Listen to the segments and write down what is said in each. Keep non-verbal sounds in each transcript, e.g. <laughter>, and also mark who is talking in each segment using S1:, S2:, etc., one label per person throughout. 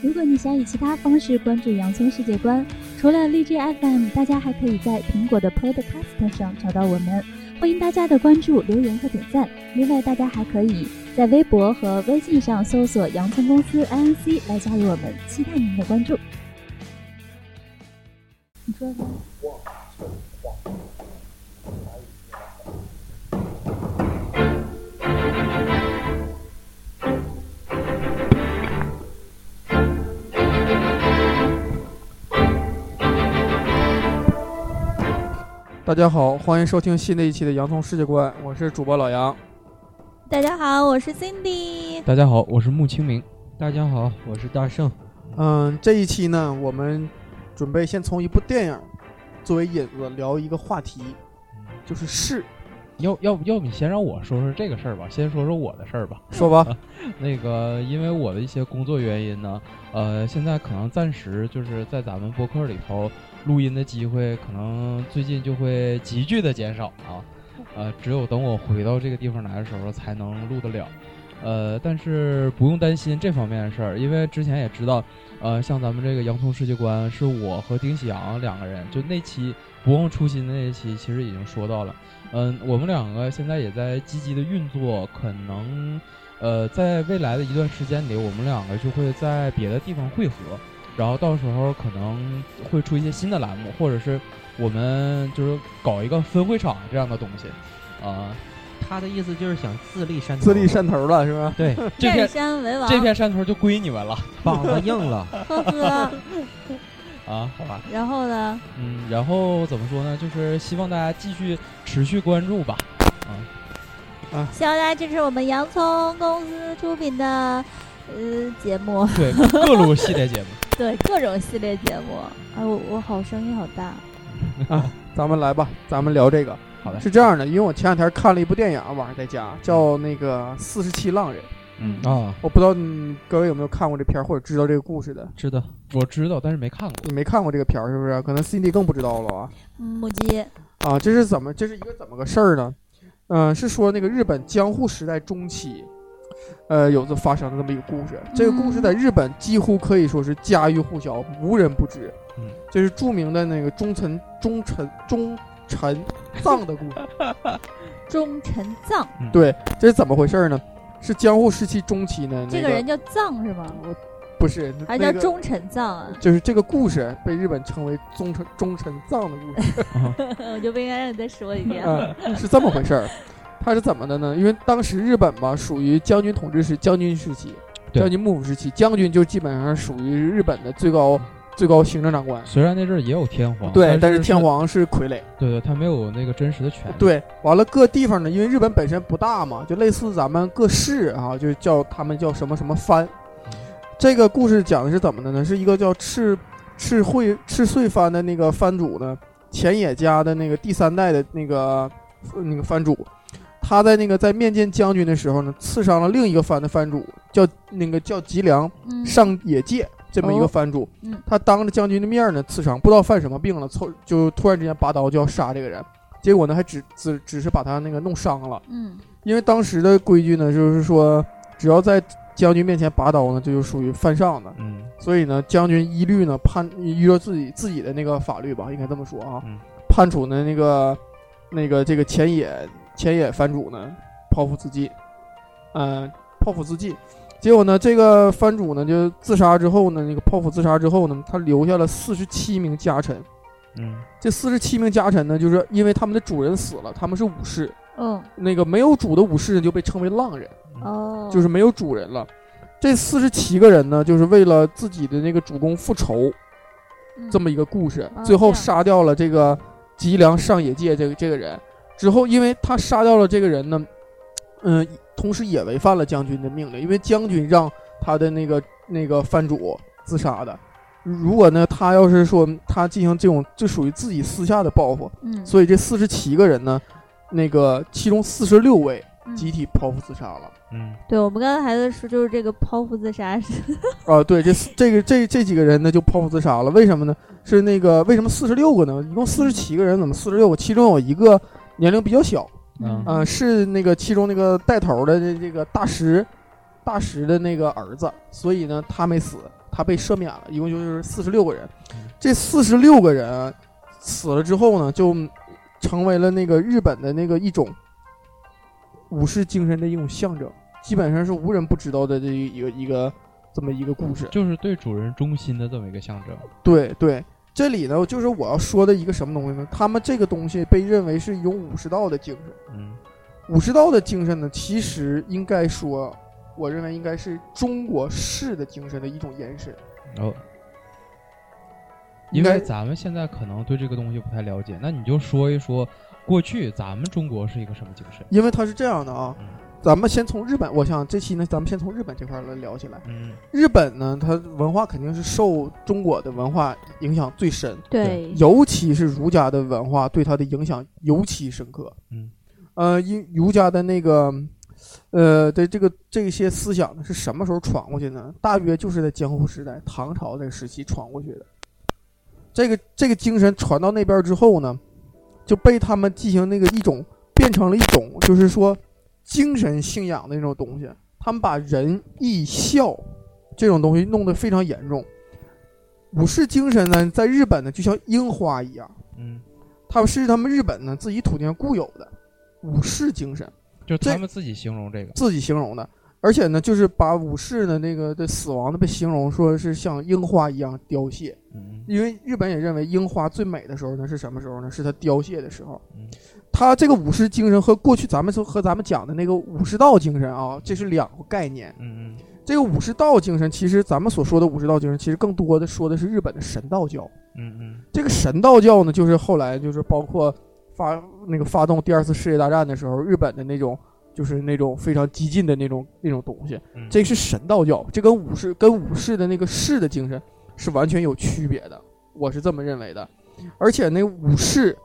S1: 如果你想以其他方式关注洋葱世界观，除了荔枝 FM，大家还可以在苹果的 Podcast 上找到我们。欢迎大家的关注、留言和点赞。另外，大家还可以在微博和微信上搜索“洋葱公司 INC” 来加入我们，期待您的关注。你说吧。
S2: 大家好，欢迎收听新的一期的《洋葱世界观》，我是主播老杨。
S3: 大家好，我是 Cindy。
S4: 大家好，我是穆清明。
S5: 大家好，我是大圣。
S2: 嗯，这一期呢，我们准备先从一部电影作为引子聊一个话题，就是是
S4: 嗯要要不要不你先让我说说这个事儿吧，先说说我的事儿吧。 <laughs>
S2: 说吧，
S4: 那个，因为我的一些工作原因呢，呃，现在可能暂时就是在咱们播客里头录音的机会，可能最近就会急剧的减少啊。呃，只有等我回到这个地方来的时候，才能录得了。呃，但是不用担心这方面的事儿，因为之前也知道，呃，像咱们这个洋葱世界观，是我和丁喜阳两个人，就那期不忘初心的那一期，其实已经说到了。嗯，我们两个现在也在积极的运作，可能，呃，在未来的一段时间里，我们两个就会在别的地方汇合，然后到时候可能会出一些新的栏目，或者是我们就是搞一个分会场这样的东西，啊、
S5: 他的意思就是想自立山
S2: <laughs>
S5: 头，
S2: 自立山头了是吧？ <laughs>
S5: 对，
S4: 这
S3: 占
S4: 片
S3: 山为王，
S4: 这片山头就归你 <laughs> 们了
S5: 膀子硬了。
S3: 呵呵。
S4: <laughs> 啊，好吧，
S3: 然后呢？
S4: 嗯，然后怎么说呢？就是希望大家继续持续关注吧。
S3: 希望大家支持我们洋葱公司出品的呃节目，
S4: 对，各路系列节目，
S3: 对各种系列节目。哎、我我好声音好大，
S2: 咱们来吧，咱们聊这个。
S4: <laughs> 好
S2: <laughs>
S4: 的
S2: 是这样的，因为我前两天看了一部电影，啊晚上在家叫那个《四十七浪人》，
S4: 嗯啊，
S2: 我不知道你各位有没有看过这片儿或者知道这个故事的。
S5: 知道，
S4: 我知道，但是没看过。
S2: 你没看过这个片儿是不是？可能 Cindy 更不知道了啊。
S3: 母鸡。
S2: 啊，这是怎么？这是一个怎么个事儿呢？嗯、是说那个日本江户时代中期，呃，有着发生的这么一个故事。这个故事在日本几乎可以说是家喻户晓，无人不知。
S4: 嗯，
S2: 这是著名的那个忠臣、忠臣、忠臣
S3: <laughs>
S2: 藏的故事。
S3: 忠臣藏，
S2: 对，这是怎么回事儿呢？是江户时期中期呢，
S3: 这
S2: 那个
S3: 个人叫藏是吗？
S2: 不是，
S3: 还
S2: 那
S3: 叫
S2: 个
S3: 忠臣藏啊？ <laughs>
S2: 就是这个故事被日本称为忠臣忠臣藏的故事。
S3: 我就不应该让你再说一遍。
S2: 嗯，是这么回事儿。他是怎么的呢？因为当时日本嘛，属于将军统治时将军时期，
S4: 对
S2: 将军幕府时期，将军就基本上属于日本的最高最高行政长官。
S4: 虽然那阵儿也有天皇，
S2: 对，但
S4: 但
S2: 是天，皇是傀儡。
S4: 对对，他没有那个真实的权利。
S2: 对，完了各地方呢，因为日本本身不大嘛，就类似咱们各市啊，就叫他们叫什么什么藩。这个故事讲的是怎么的呢？是一个叫赤赤会赤穗藩的那个藩主呢，前野家的那个第三代的那个呃那个藩主，他在那个在面见将军的时候呢，刺伤了另一个藩的藩主，叫那个叫吉良
S3: 嗯，
S2: 上野介这么一个
S3: 哦
S2: 藩主，
S3: 嗯
S2: 他当着将军的面儿呢刺伤，不知道犯什么病了，凑就突然之间拔刀就要杀这个人，结果呢还只只只是把他那个弄伤了，
S3: 嗯
S2: 因为当时的规矩呢就是说，只要在将军面前拔刀呢，这就属于犯上的，
S4: 嗯
S2: 所以呢将军一律呢判依照自己自己的那个法律吧，应该这么说啊，
S4: 嗯
S2: 判处呢那个那个这个前野前野藩主呢剖腹自尽，嗯、剖腹自尽。结果呢，这个藩主呢就自杀之后呢，那个剖腹自杀之后呢，他留下了四十七名家臣。
S4: 嗯
S2: 这四十七名家臣呢，就是因为他们的主人死了，他们是武士，
S3: 嗯
S2: 那个没有主的武士呢就被称为浪人，
S4: 嗯
S3: 哦，
S2: 嗯就是没有主人了。这四十七个人呢，就是为了自己的那个主公复仇，
S3: 嗯
S2: 这么一个故事，
S3: 啊
S2: 最后
S3: 这样
S2: 杀掉了这个吉良上野介这个这个人之后，因为他杀掉了这个人呢，嗯，同时也违反了将军的命令，因为将军让他的那个那个藩主自杀的。如果呢，他要是说他进行这种，这属于自己私下的报复，
S3: 嗯，
S2: 所以这四十七个人呢，那个其中四十六位
S3: 嗯
S2: 集体剖腹自杀了。
S4: 嗯
S3: 对我们刚才还在说，就是这个剖腹自杀是
S2: 啊，对，这四这个这这几个人呢就剖腹自杀了，为什么呢？是那个为什么四十六个呢？一共四十七个人，怎么四十六个？其中有一个年龄比较小，
S4: 嗯
S2: 啊、是那个其中那个带头的这这个大石，大石的那个儿子，所以呢他没死，他被赦免了，一共就是四十六个人。这四十六个人死了之后呢，就成为了那个日本的那个一种武士精神的一种象征，基本上是无人不知道的这一个一个这么一个故事。
S4: 就是对主人忠心的这么一个象征。
S2: 对对，这里呢，就是我要说的一个什么东西呢？他们这个东西被认为是一种武士道的精神。
S4: 嗯，
S2: 武士道的精神呢，其实应该说，我认为应该是中国式的精神的一种延伸。
S4: 然后，
S2: 应
S4: 因
S2: 该
S4: 为咱们现在可能对这个东西不太了解，那你就说一说过去咱们中国是一个什么精神？
S2: 因为它是这样的啊
S4: 嗯，
S2: 咱们先从日本，我想这期呢，咱们先从日本这块儿来聊起来。
S4: 嗯，
S2: 日本呢，它文化肯定是受中国的文化影响最深，
S3: 对，
S2: 尤其是儒家的文化对它的影响尤其深刻。
S4: 嗯，
S2: 呃，因儒家的那个，呃的这个这些思想呢，是什么时候传过去呢？大约就是在江户时代唐朝的时期传过去的。这个这个精神传到那边之后呢，就被他们进行那个一种变成了一种，就是说精神信仰的那种东西。他们把仁义孝这种东西弄得非常严重。武士精神呢，在日本呢，就像樱花一样，
S4: 嗯，
S2: 他们是他们日本呢自己土地上固有的武士精神，
S4: 就
S2: 这
S4: 他们自己形容这个。
S2: 自己形容的。而且呢，就是把武士呢那个的死亡呢被形容说是像樱花一样凋谢，
S4: 嗯
S2: 因为日本也认为樱花最美的时候呢是什么时候呢？是它凋谢的时候
S4: 嗯。
S2: 他这个武士精神和过去咱们说和咱们讲的那个武士道精神啊，这是两个概念。
S4: 嗯
S2: 这个武士道精神，其实咱们所说的武士道精神，其实更多的说的是日本的神道教。
S4: 嗯嗯
S2: 这个神道教呢，就是后来就是包括发那个发动第二次世界大战的时候，日本的那种就是那种非常激进的那种那种东西，
S4: 嗯，
S2: 这是神道教，这跟武士跟武士的那个士的精神是完全有区别的，我是这么认为的。而且那个武士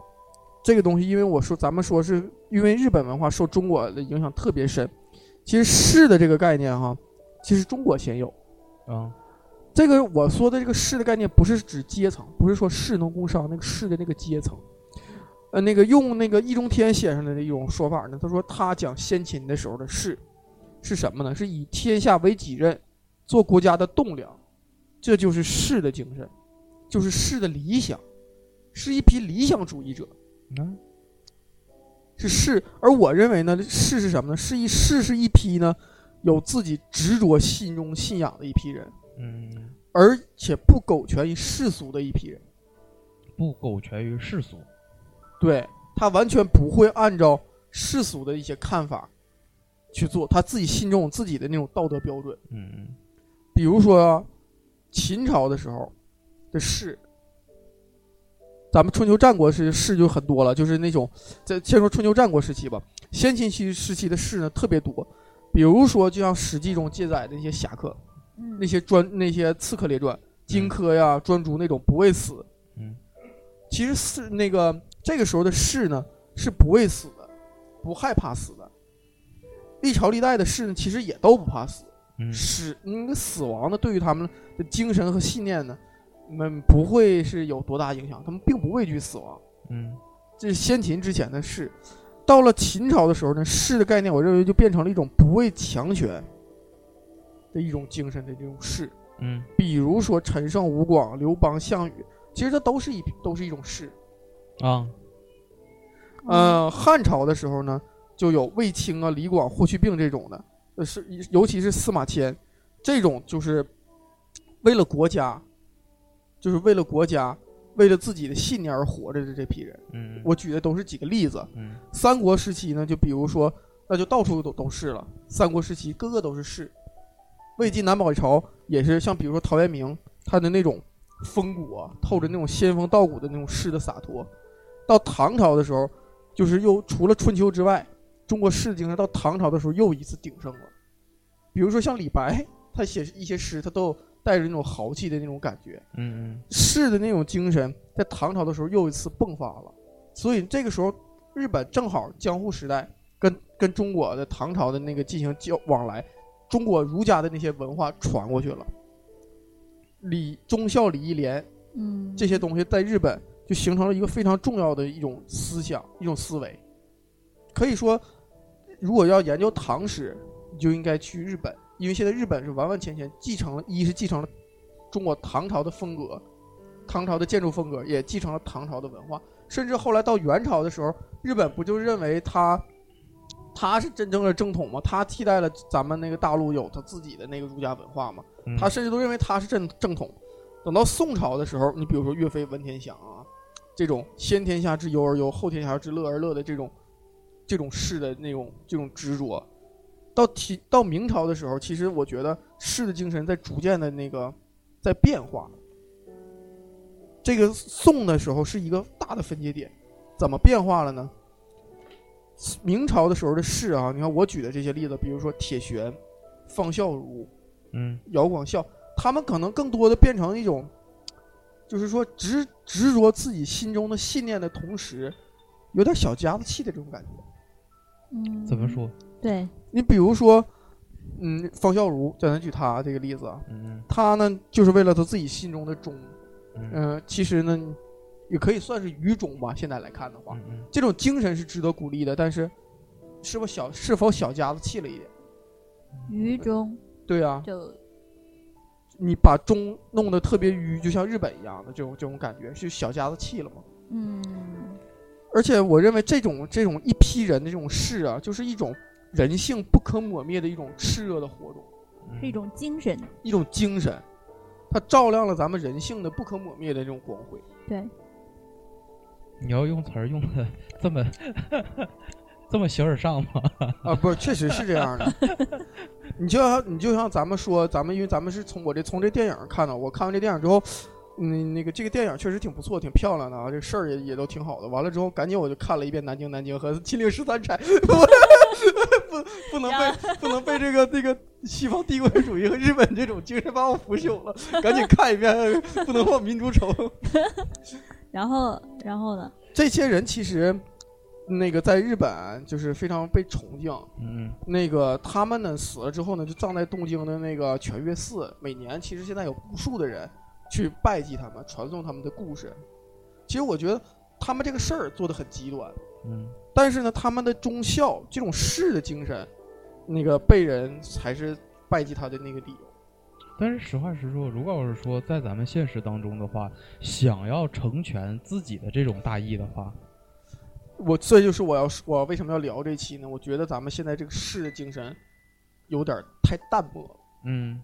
S2: 这个东西，因为我说咱们说是因为日本文化受中国的影响特别深，其实士的这个概念哈，其实中国先有。
S4: 嗯
S2: 这个我说的这个士的概念，不是指阶层，不是说士农工商那个士的那个阶层。呃，那个用那个易中天先生的一种说法呢，他说他讲先秦的时候的士是什么呢？是以天下为己任，做国家的栋梁，这就是士的精神，就是士的理想，是一批理想主义者。
S4: 嗯
S2: 是士，而我认为呢，士是什么呢？是一士是一批呢，有自己执着心中信仰的一批人，
S4: 嗯，
S2: 而且不苟全于世俗的一批人。
S4: 不苟全于世俗。
S2: 对他完全不会按照世俗的一些看法去做，他自己心中有自己的那种道德标准。
S4: 嗯嗯
S2: 比如说啊秦朝的时候的士，咱们春秋战国时士就很多了，就是那种在先说春秋战国时期吧，先秦期时期的士呢特别多，比如说就像《史记》中记载的那些侠客，
S3: 嗯
S2: 那些专那些刺客列传、荆轲呀、专诸那种不畏死。
S4: 嗯，
S2: 其实是那个这个时候的士呢是不畏死的，不害怕死的。历朝历代的士呢，其实也都不怕死，
S4: 嗯
S2: 死那个死亡呢，对于他们的精神和信念呢，们不会是有多大影响，他们并不畏惧死亡。
S4: 嗯
S2: 这是先秦之前的士，到了秦朝的时候呢，士的概念我认为就变成了一种不畏强权的一种精神的这种士。
S4: 嗯
S2: 比如说陈胜、吴广、刘邦、项羽，其实它都是一都是一种士。
S4: 啊
S2: 呃，汉朝的时候呢，就有卫青啊、李广、霍去病这种的，呃，是尤其是司马迁这种，就是为了国家，就是为了国家，为了自己的信念而活着的这批人。
S4: 嗯
S2: 我举的都是几个例子。
S4: 嗯
S2: 三国时期呢，就比如说，那就到处都都是了。三国时期个个都是士，魏晋南北朝也是像比如说陶渊明他的那种风骨啊，透着那种仙风道骨的那种士的洒脱。到唐朝的时候，就是又除了春秋之外，中国士的精神到唐朝的时候又一次鼎盛了。比如说像李白，他写一些诗，他都有带着那种豪气的那种感觉。
S4: 嗯
S2: 士的那种精神，在唐朝的时候又一次迸发了。所以这个时候，日本正好江户时代跟跟中国的唐朝的那个进行交往来，中国儒家的那些文化传过去了。礼忠孝礼义廉
S3: 嗯，
S2: 这些东西在日本就形成了一个非常重要的一种思想、一种思维。可以说，如果要研究唐史，你就应该去日本，因为现在日本是完完全全继承了，一是继承了中国唐朝的风格，唐朝的建筑风格也继承了唐朝的文化，甚至后来到元朝的时候，日本不就认为它它是真正的正统吗？它替代了咱们那个大陆有它自己的那个儒家文化吗？
S4: 嗯
S2: 他甚至都认为他是正正统。等到宋朝的时候，你比如说岳飞、文天祥啊，这种先天下之忧而忧，后天下之乐而乐的这种这种事的那种这种执着，到提到明朝的时候，其实我觉得士的精神在逐渐的那个在变化。这个宋的时候是一个大的分界点，怎么变化了呢？明朝的时候的士啊，你看我举的这些例子，比如说铁玄、方孝孺、
S4: 嗯
S2: 姚广孝，他们可能更多的变成一种，就是说执执着自己心中的信念的同时，有点小家子气的这种感觉。
S3: 嗯，
S4: 怎么？说？
S3: 对，
S2: 你比如说，嗯，方孝孺，咱举他这个例子啊，
S4: 嗯
S2: 他呢就是为了他自己心中的忠，
S4: 嗯嗯
S2: 嗯、其实呢也可以算是愚忠吧。现在来看的话，
S4: 嗯
S2: 这种精神是值得鼓励的，但是是不是小是否小家子气了一点？
S3: 愚忠
S2: 对啊，
S3: 就
S2: 你把忠弄得特别愚，就像日本一样的这种这种感觉，是小家子气了吗？
S3: 嗯，
S2: 而且我认为这种这种一批人的这种事啊，就是一种人性不可磨灭的一种炽热的火种，
S4: 嗯
S3: 是一种精神。
S2: 一种精神，它照亮了咱们人性的不可磨灭的这种光辉。
S3: 对，
S4: 你要用词儿用的这么 <laughs> 这么形而上吗？
S2: <laughs> 啊，不是，确实是这样的。你就像你就像咱们说，咱们因为咱们是从我这从这电影看到，我看完这电影之后，嗯，那个这个电影确实挺不错，挺漂亮的啊，这事儿也也都挺好的。完了之后，赶紧我就看了一遍《南京南京》和《金陵十三钗》 <laughs> 不，不不能被不能被这个这个西方帝国主义和日本这种精神把我腐朽了，赶紧看一遍，不能忘民族仇。
S3: 然后然后呢？
S2: <laughs> 这些人其实那个在日本就是非常被崇敬，
S4: 嗯
S2: 那个他们呢死了之后呢，就葬在东京的那个全月寺。每年其实现在有无数的人去拜祭他们，传颂他们的故事。其实我觉得他们这个事儿做的很极端，
S4: 嗯
S2: 但是呢，他们的忠孝这种士的精神，那个被人才是拜祭他的那个理由。
S4: 但是实话实说，如果要是说在咱们现实当中的话，想要成全自己的这种大义的话，
S2: 我这就是我要说我为什么要聊这期呢？我觉得咱们现在这个士的精神有点儿太淡漠了。
S4: 嗯，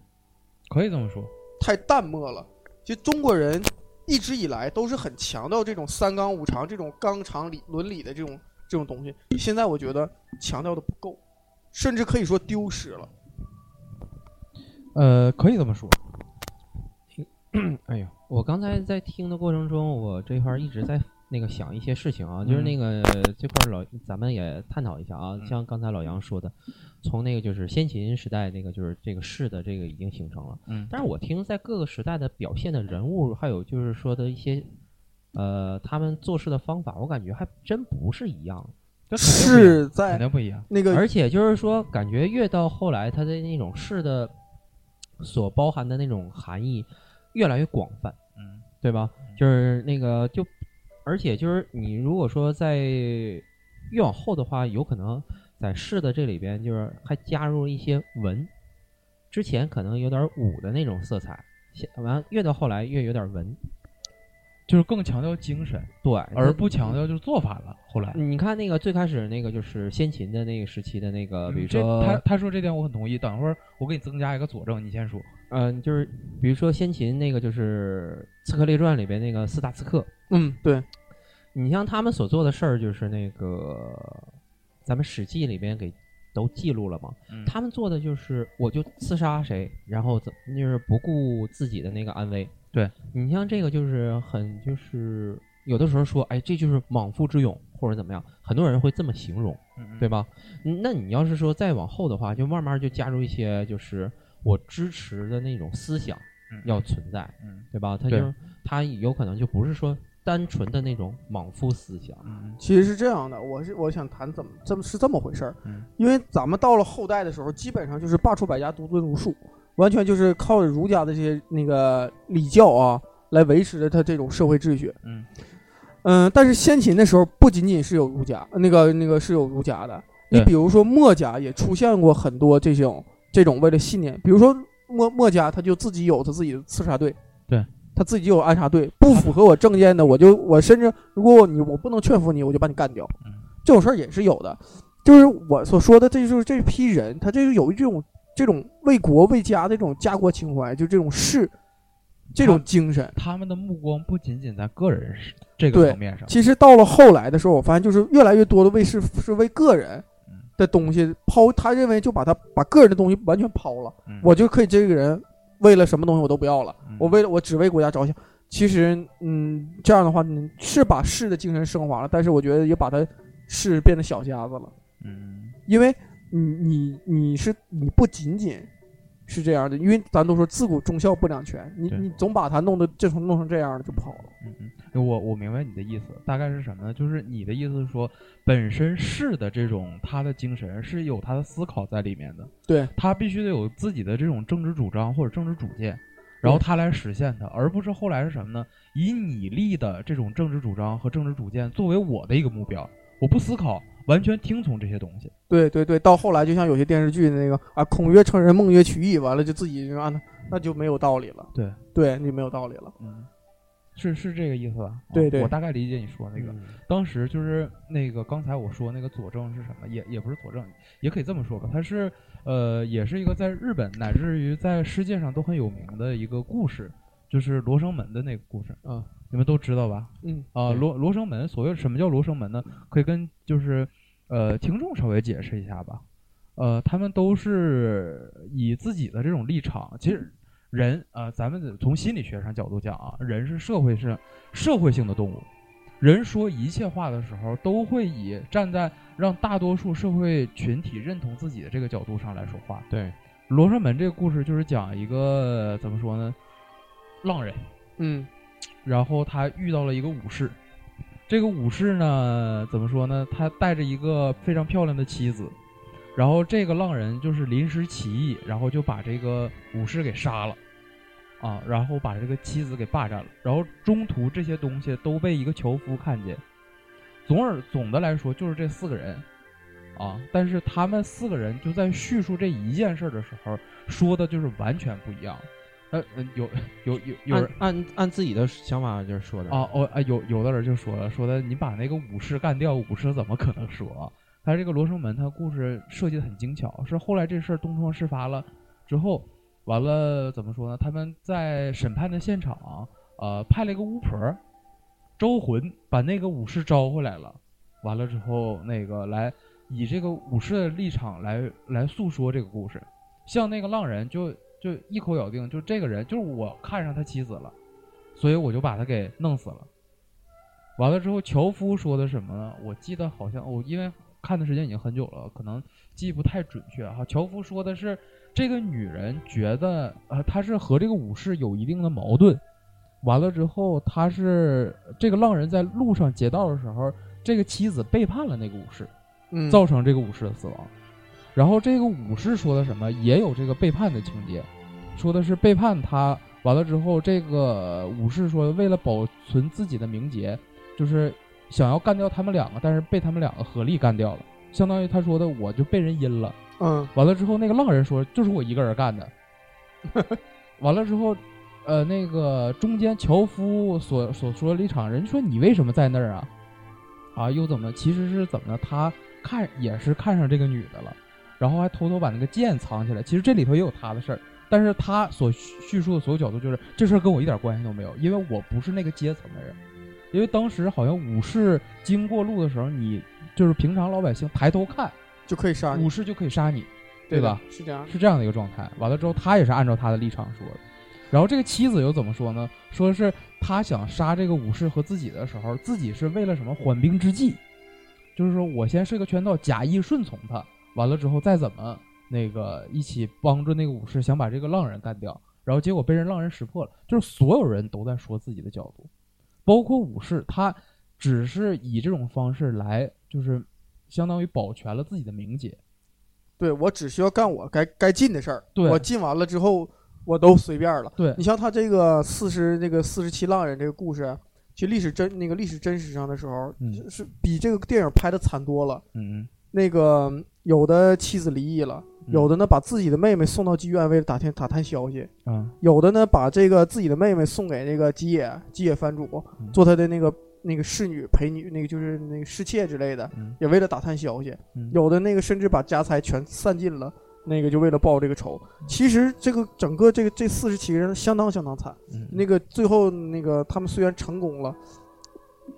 S4: 可以这么说。
S2: 太淡漠了。其实中国人一直以来都是很强调这种三纲五常、这种纲常理伦理的这种这种东西，现在我觉得强调的不够，甚至可以说丢失了。
S5: 呃，可以这么说。哎呦，我刚才在听的过程中，我这块儿一直在那个想一些事情啊，就是那个这块儿老咱们也探讨一下啊，
S4: 嗯
S5: 像刚才老杨说的，从那个就是先秦时代那个就是这个士的这个已经形成了，
S4: 嗯
S5: 但是我听在各个时代的表现的人物，还有就是说的一些。呃，他们做事的方法，我感觉还真不是一样，
S4: 这肯定不一样
S2: 是
S4: 肯
S2: 在
S4: 定不一样。
S2: 那个
S5: 而且就是说，感觉越到后来，他的那种事的所包含的那种含义越来越广泛，
S4: 嗯
S5: 对吧？就是那个就，而且就是你如果说在越往后的话，有可能在事的这里边就是还加入了一些文，之前可能有点武的那种色彩，现完越到后来越有点文，
S4: 就是更强调精神，
S5: 对，
S4: 而不强调就是做法了。后来，
S5: 你看那个最开始那个就是先秦的那个时期的那个，比如
S4: 嗯这
S5: 说
S4: 他他说这点我很同意。等会儿我给你增加一个佐证，你先说。
S5: 嗯，就是比如说先秦那个就是《刺客列传》里边那个四大刺客，
S2: 嗯对，
S5: 你像他们所做的事儿，就是那个咱们《史记》里边给都记录了嘛。
S4: 嗯
S5: 他们做的就是我就刺杀谁，然后怎就是不顾自己的那个安危。
S4: 对
S5: 你像这个就是很就是有的时候说，哎，这就是莽夫之勇或者怎么样，很多人会这么形容。对
S4: 吧？
S5: 吧？嗯那你要是说再往后的话，就慢慢就加入一些就是我支持的那种思想
S4: 嗯
S5: 要存在，
S4: 嗯
S5: 对吧？他
S4: 对
S5: 就他有可能就不是说单纯的那种莽夫思想，
S4: 嗯
S2: 其实是这样的，我是我想谈怎么这么是这么回事儿
S4: 嗯，
S2: 因为咱们到了后代的时候，基本上就是罢黜百家，独尊儒术，完全就是靠着儒家的这些那个礼教啊来维持着他这种社会秩序。
S4: 嗯
S2: 嗯，但是先秦的时候不仅仅是有儒家，那个那个是有儒家的。你
S4: 对
S2: 比如说墨家也出现过很多这种这种为了信念，比如说墨墨家他就自己有他自己的刺杀队，
S4: 对，
S2: 他自己就有暗杀队，不符合我政见的，我就我甚至如果你我不能劝服你，我就把你干掉
S4: 嗯，
S2: 这种事儿也是有的。就是我所说的，这就是这批人，他就是有这种这种为国为家这种家国情怀，就这种事，这
S4: 嗯
S2: 种精神。
S4: 他们的目光不仅仅在个人是这
S2: 对
S4: 个层面上，
S2: 其实到了后来的时候，我发现就是越来越多的为是是为个人
S4: 嗯
S2: 的东西抛，他认为就把他把个人的东西完全抛了，
S4: 嗯
S2: 我就可以这个人为了什么东西我都不要了，
S4: 嗯
S2: 我为了我只为国家着想。其实，嗯，这样的话嗯是把士的精神升华了，但是我觉得也把他士变得小家子了，
S4: 嗯
S2: 因为你你你是你不仅仅是这样的，因为咱都说自古忠孝不两全，你
S4: 对
S2: 你总把他弄得这成弄成这样了就不好了。
S4: 嗯嗯，我我明白你的意思，大概是什么呢？就是你的意思是说，本身士的这种他的精神是有他的思考在里面的，
S2: 对
S4: 他必须得有自己的这种政治主张或者政治主见，然后
S2: 对
S4: 他来实现它，而不是后来是什么呢？以你立的这种政治主张和政治主见作为我的一个目标，我不思考，完全听从这些东西。
S2: 对对对，到后来就像有些电视剧的那个啊，孔曰成人，孟曰取义，完了就自己就按他，那就没有道理了。
S4: 对，
S2: 对，你没有道理了。
S4: 嗯，是是这个意思吧？
S2: 对
S4: 啊
S2: 对
S4: 我大概理解你说那个。当时就是那个刚才我说那个佐证是什么？也也不是佐证，也可以这么说吧，它是呃，也是一个在日本乃至于在世界上都很有名的一个故事，就是罗生门的那个故事，
S2: 啊，
S4: 你们都知道吧？
S2: 嗯
S4: 啊、罗罗生门，所谓什么叫罗生门呢？可以跟就是呃听众稍微解释一下吧。呃，他们都是以自己的这种立场，其实人啊、呃咱们得从心理学上角度讲啊，人是社会是社会性的动物。人说一切话的时候，都会以站在让大多数社会群体认同自己的这个角度上来说话。
S5: 对，
S4: 罗生门这个故事就是讲一个怎么说呢，浪人，
S2: 嗯
S4: 然后他遇到了一个武士，这个武士呢，怎么说呢？他带着一个非常漂亮的妻子，然后这个浪人就是临时起意，然后就把这个武士给杀了，啊，然后把这个妻子给霸占了，然后中途这些东西都被一个樵夫看见。总而总的来说，就是这四个人，啊，但是他们四个人就在叙述这一件事儿的时候，说的就是完全不一样。呃，呃有有有有人
S5: 按按按自己的想法就是说的
S4: 啊，，哦，啊，有有的人就说了，说的你把那个武士干掉，武士怎么可能说？他这个罗生门，他故事设计的很精巧，是后来这事儿东窗事发了之后，完了怎么说呢？他们在审判的现场，呃，派了一个巫婆儿招魂，把那个武士招回来了。完了之后，那个来以这个武士的立场来来诉说这个故事，像那个浪人就就一口咬定，就这个人就是我看上他妻子了。所以我就把他给弄死了。完了之后，樵夫说的什么呢？我记得好像我、因为看的时间已经很久了，可能记不太准确哈。樵夫说的是这个女人觉得呃，她是和这个武士有一定的矛盾。完了之后，她是这个浪人在路上劫道的时候，这个妻子背叛了那个武士，
S2: 嗯，
S4: 造成这个武士的死亡。然后这个武士说的什么，也有这个背叛的情节，说的是背叛他。完了之后，这个武士说，为了保存自己的名节，就是想要干掉他们两个，但是被他们两个合力干掉了，相当于他说的我就被人阴了。
S2: 嗯
S4: 完了之后，那个浪人说就是我一个人干的。完了之后，呃，那个中间樵夫所所说的立场，人说你为什么在那儿啊？啊，又怎么？其实是怎么呢？他看也是看上这个女的了，然后还偷偷把那个剑藏起来。其实这里头也有他的事儿，但是他所叙叙述的所有角度就是这事儿跟我一点关系都没有，因为我不是那个阶层的人。因为当时好像武士经过路的时候，你就是平常老百姓抬头看
S2: 就可以杀你
S4: 武，士就可以杀你，
S2: 对
S4: 嗯对
S2: 的
S4: 吧？
S2: 是这样。
S4: 是这样的一个状态。完了之后，他也是按照他的立场说的。然后这个妻子又怎么说呢？说是他想杀这个武士和自己的时候，自己是为了什么缓兵之计，就是说我先设个圈套，假意顺从他，完了之后再怎么那个一起帮助那个武士，想把这个浪人干掉。然后结果被人浪人识破了，就是所有人都在说自己的角度，包括武士，他只是以这种方式来，就是相当于保全了自己的名节。
S2: 对我只需要干我该该尽的事儿，
S4: 对
S2: 我尽完了之后我都随便了。
S4: 对
S2: 你像他这个四十那个四十七浪人这个故事，其实历史真那个历史真实上的时候，
S4: 嗯
S2: 是是比这个电影拍的惨多了。
S4: 嗯，
S2: 那个有的妻子离异了，有的呢把自己的妹妹送到妓院为了打听打探消息，
S4: 啊
S2: 有的呢把这个自己的妹妹送给这个吉野吉野藩主
S4: 嗯
S2: 做他的那个那个侍女陪女那个就是那个侍妾之类的
S4: 嗯，
S2: 也为了打探消息，
S4: 嗯
S2: 有的那个甚至把家财全散尽了。那个就为了报这个仇，其实这个整个这个这四十七个人相当相当惨，
S4: 嗯
S2: 那个最后那个他们虽然成功了，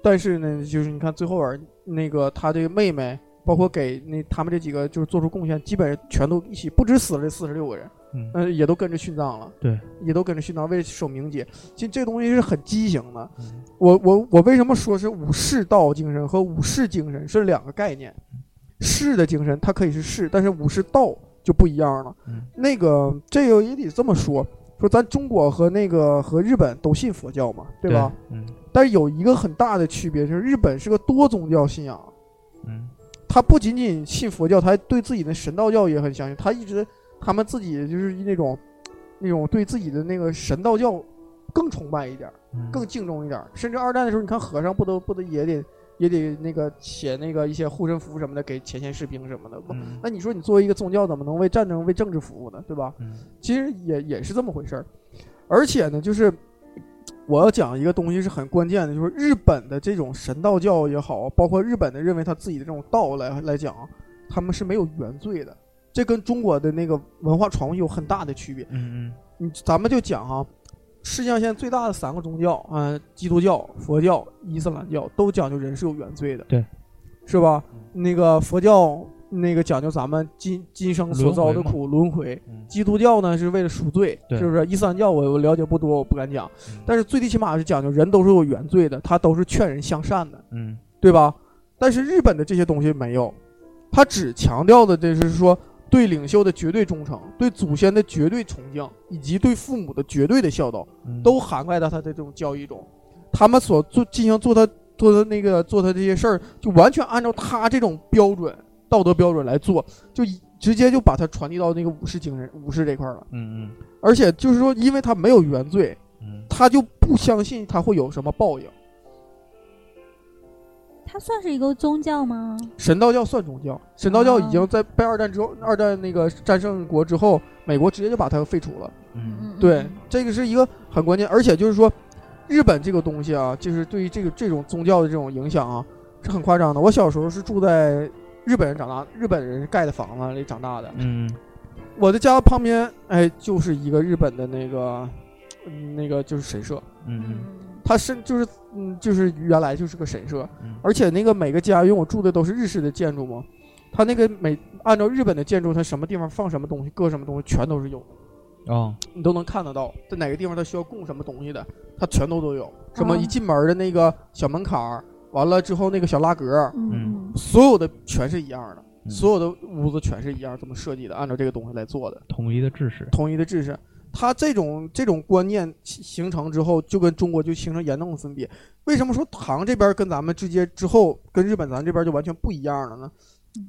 S2: 但是呢，就是你看最后边那个他这个妹妹，包括给那他们这几个就是做出贡献，基本上全都一起不止死了这四十六个人，
S4: 嗯
S2: 呃，也都跟着殉葬了，
S4: 对，
S2: 也都跟着殉葬，为了守名节。其实这东西是很畸形的。
S4: 嗯
S2: 我我我为什么说是武士道精神和武士精神是两个概念？
S4: 嗯
S2: 士的精神它可以是士，但是武士道就不一样了。
S4: 嗯
S2: 那个这个也得这么说，说咱中国和那个和日本都信佛教嘛，对吧？？
S4: 嗯
S2: 但是有一个很大的区别就是，日本是个多宗教信仰，
S4: 嗯
S2: 他不仅仅信佛教，他还对自己的神道教也很相信。他一直他们自己就是那种那种对自己的那个神道教更崇拜一点儿，
S4: 嗯
S2: 更敬重一点儿。甚至二战的时候，你看和尚不都不都也得也得那个写那个一些护身符什么的给前线士兵什么的。不
S4: 嗯
S2: 那你说你作为一个宗教，怎么能为战争、为政治服务呢？对吧？
S4: 嗯
S2: 其实也也是这么回事儿。而且呢，就是我要讲一个东西是很关键的，就是日本的这种神道教也好，包括日本的认为他自己的这种道来来讲，他们是没有原罪的。这跟中国的那个文化传统有很大的区别。
S4: 嗯
S2: 你咱们就讲哈、世界上现在最大的三个宗教，嗯、基督教、佛教、伊斯兰教，都讲究人是有原罪的，
S4: 对，
S2: 是吧？那个佛教那个讲究咱们今今生所遭的苦轮回
S4: 嗯
S2: 基督教呢是为了赎罪，
S4: 对
S2: 是不是？伊斯兰教我我了解不多，我不敢讲，但是最最起码是讲究人都是有原罪的，他都是劝人向善的，
S4: 嗯
S2: 对吧？但是日本的这些东西没有，他只强调的这是说对领袖的绝对忠诚，对祖先的绝对崇敬，以及对父母的绝对的孝道，
S4: 嗯
S2: 都涵盖到他的这种教义中。他们所做进行做他做他那个做他这些事儿，就完全按照他这种标准道德标准来做，就一直接就把他传递到那个武士精神武士这块儿了。
S4: 嗯
S2: 而且就是说，因为他没有原罪，
S4: 嗯
S2: 他就不相信他会有什么报应。
S3: 它算是一个宗教吗？
S2: 神道教算宗教，神道教已经在被二战之后，二战那个战胜国之后，美国直接就把它废除了。
S4: 嗯
S3: 嗯，
S2: 对，这个是一个很关键，而且就是说，日本这个东西啊，就是对于这个这种宗教的这种影响啊，是很夸张的。我小时候是住在日本人长大，日本人盖的房子里长大的。
S4: 嗯
S2: 我的家旁边，哎，就是一个日本的那个，嗯那个就是神社，
S4: 嗯
S3: 嗯
S2: 它是就是嗯就是原来就是个神社，
S4: 嗯
S2: 而且那个每个家，因为我住的都是日式的建筑嘛，它那个每按照日本的建筑，它什么地方放什么东西，搁什么东西，全都是有的，
S4: 哦
S2: 你都能看得到，在哪个地方它需要供什么东西的，它全都都有。什么
S3: 哦
S2: 一进门的那个小门槛儿，完了之后那个小拉格儿，
S3: 嗯
S2: 所有的全是一样的，
S4: 嗯
S2: 所有的屋子全是一样，这么设计的，按照这个东西来做的，
S4: 统一的知识
S2: 统一的制式。它这种这种观念形形成之后，就跟中国就形成严重的分别。为什么说唐这边跟咱们直接之后跟日本咱这边就完全不一样了呢？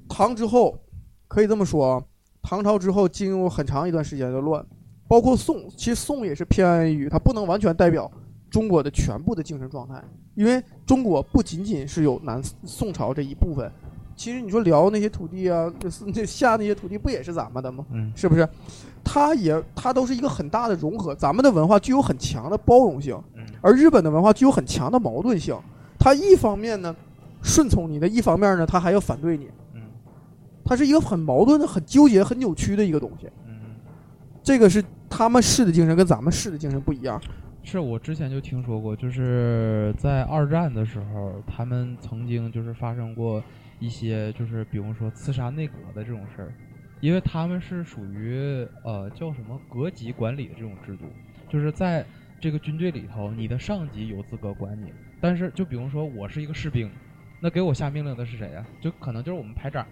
S2: 唐之后，可以这么说啊，唐朝之后经过很长一段时间的乱，包括宋，其实宋也是偏安于，它不能完全代表中国的全部的精神状态，因为中国不仅仅是有南宋朝这一部分，其实你说辽那些土地啊，就是那夏那些土地不也是咱们的吗？
S4: 嗯
S2: 是不是？它也它都是一个很大的融合，咱们的文化具有很强的包容性，
S4: 嗯
S2: 而日本的文化具有很强的矛盾性。它一方面呢顺从你的，一方面呢它还要反对你，
S4: 嗯
S2: 它是一个很矛盾的、很纠结、很扭曲的一个东西。
S4: 嗯。
S2: 这个是他们士的精神跟咱们士的精神不一样。
S4: 是我之前就听说过，就是在二战的时候，他们曾经就是发生过一些，就是比如说刺杀内阁的这种事儿，因为他们是属于呃叫什么隔级管理的这种制度，就是在这个军队里头，你的上级有资格管你，但是就比如说我是一个士兵，那给我下命令的是谁呀、就可能就是我们排长，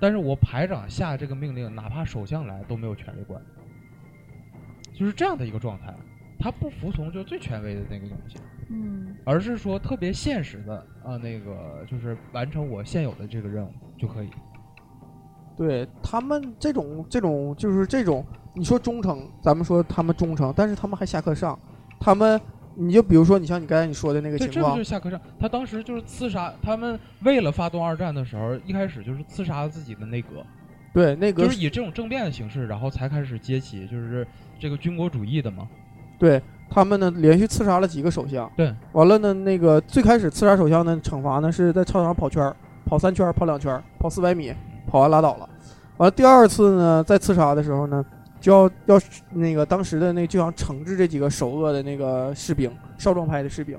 S4: 但是我排长下这个命令，哪怕首相来都没有权利管，就是这样的一个状态。他不服从就最权威的那个东西，
S3: 嗯
S4: 而是说特别现实的啊、呃那个就是完成我现有的这个任务就可以。
S2: 对他们这种这种就是这种，你说忠诚，咱们说他们忠诚，但是他们还下课上，他们你就比如说你像你刚才你说的那个
S4: 对，
S2: 情
S4: 这不
S2: 况
S4: 就是，下课上？他当时就是刺杀，他们为了发动二战的时候，一开始就是刺杀自己的内阁，
S2: 对，那个
S4: 就是以这种政变的形式，然后才开始揭起就是这个军国主义的嘛。
S2: 对他们呢，连续刺杀了几个首相。
S4: 对，
S2: 完了呢，那个最开始刺杀首相呢，惩罚呢是在操场跑圈儿，跑三圈儿，跑两圈儿，跑四百米，跑完拉倒了。完了第二次呢，在刺杀的时候呢，就要要那个当时的那就想惩治这几个首恶的那个士兵，少壮派的士兵。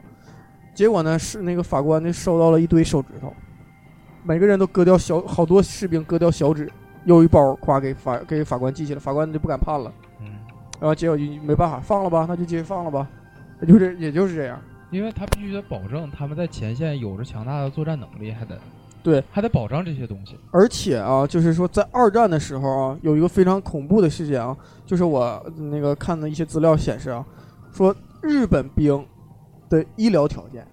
S2: 结果呢，是那个法官呢收到了一堆手指头，每个人都割掉小好多士兵割掉小指，又一包，夸给法给法官记起来，法官就不敢判了。
S4: 嗯，
S2: 然后结果就没办法放了吧，那就继续放了吧，也就是也就是这样。
S4: 因为他必须得保证他们在前线有着强大的作战能力，还得
S2: 对，
S4: 还得保障这些东西。
S2: 而且啊，就是说在二战的时候啊，有一个非常恐怖的事件啊，就是我那个看的一些资料显示啊，说日本兵的医疗条件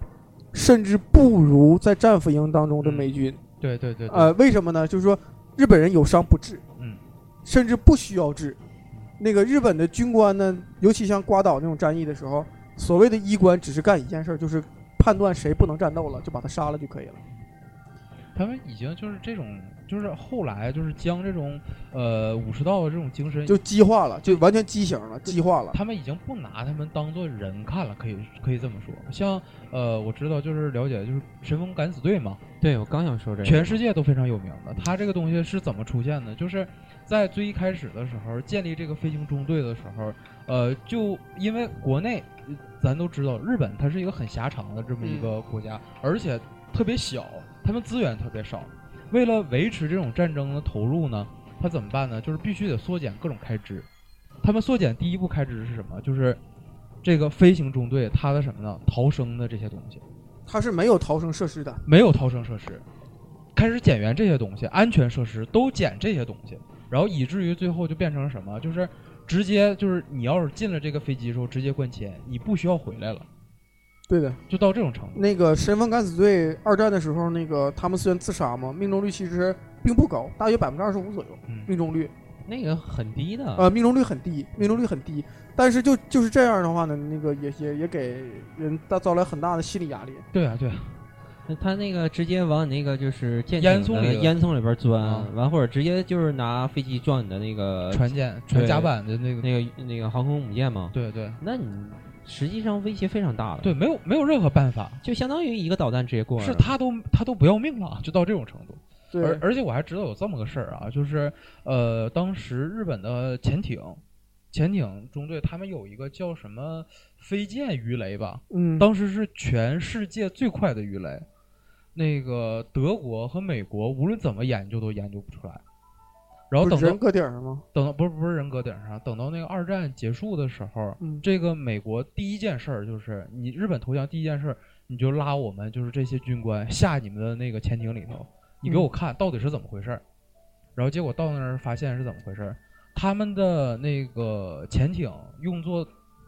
S2: 甚至不如在战俘营当中的美军。
S4: 对对对，对
S2: 呃，为什么呢？就是说日本人有伤不治，
S4: 嗯，
S2: 甚至不需要治。那个日本的军官呢，尤其像瓜岛那种战役的时候，所谓的医官只是干一件事儿，就是判断谁不能战斗了，就把他杀了就可以了。
S4: 嗯他们已经就是这种，就是后来就是将这种呃武士道的这种精神，
S2: 就激化
S4: 嗯
S2: 了，就完全畸形了，激化了。
S4: 他们已经不拿他们当做人看了，可以可以这么说。像呃，我知道就是了解就是神风敢死队嘛，
S5: 对我刚想说这个，
S4: 全世界都非常有名的。它这个东西是怎么出现的？就是在最一开始的时候建立这个飞行中队的时候，呃，就因为国内呃咱都知道，日本它是一个很狭长的这么一个
S5: 嗯
S4: 国家，而且特别小，他们资源特别少。为了维持这种战争的投入呢，他怎么办呢？就是必须得缩减各种开支。他们缩减第一步开支是什么？就是这个飞行中队它的什么呢？逃生的这些东西。
S2: 他是没有逃生设施的，
S4: 没有逃生设施，开始减员这些东西，安全设施都减这些东西，然后以至于最后就变成什么？就是直接就是你要是进了这个飞机的时候直接关切，你不需要回来了，
S2: 对的。
S4: 就到这种程度。
S2: 那个神风敢死队二战的时候，那个他们虽然自杀嘛，命中率其实并不高，大约百分之二十五左右
S4: 嗯，
S2: 命中率，
S5: 那个很
S4: 啊
S5: 低的，
S2: 呃，命中率很低，命中率很低。但是就就是这样的话呢，那个也也也给人大招来很大的心理压力。
S4: 对啊，对啊，
S5: 他那个直接往你那个就是舰
S4: 烟
S5: 艇
S4: 囱
S5: 的
S4: 里
S5: 烟囱里边钻
S4: 啊，
S5: 完或者直接就是拿飞机撞你的那个
S4: 船舰、船甲板的那个，
S5: 那个那个航空母舰嘛，
S4: 对对
S5: 那你实际上威胁非常大的，，
S4: 对，没有没有任何办法，
S5: 就相当于一个导弹直接过来
S4: 是
S5: 了，
S4: 他都他都不要命了，就到这种程度。而
S2: 对，
S4: 而且我还知道有这么个事儿啊，就是呃，当时日本的潜艇，潜艇中队他们有一个叫什么飞剑鱼雷吧，
S2: 嗯，
S4: 当时是全世界最快的鱼雷，那个德国和美国无论怎么研究都研究不出来。然后
S2: 不
S4: 等
S2: 是人
S4: 到
S2: 搁顶上吗？
S4: 等到不是不是人搁顶上，等到那个二战结束的时候，
S2: 嗯，
S4: 这个美国第一件事儿就是你日本投降第一件事儿，你就拉我们就是这些军官下你们的那个潜艇里头，你给我看到底是怎么回事儿。然后结果到那儿发现是怎么回事儿，他们的那个潜艇用作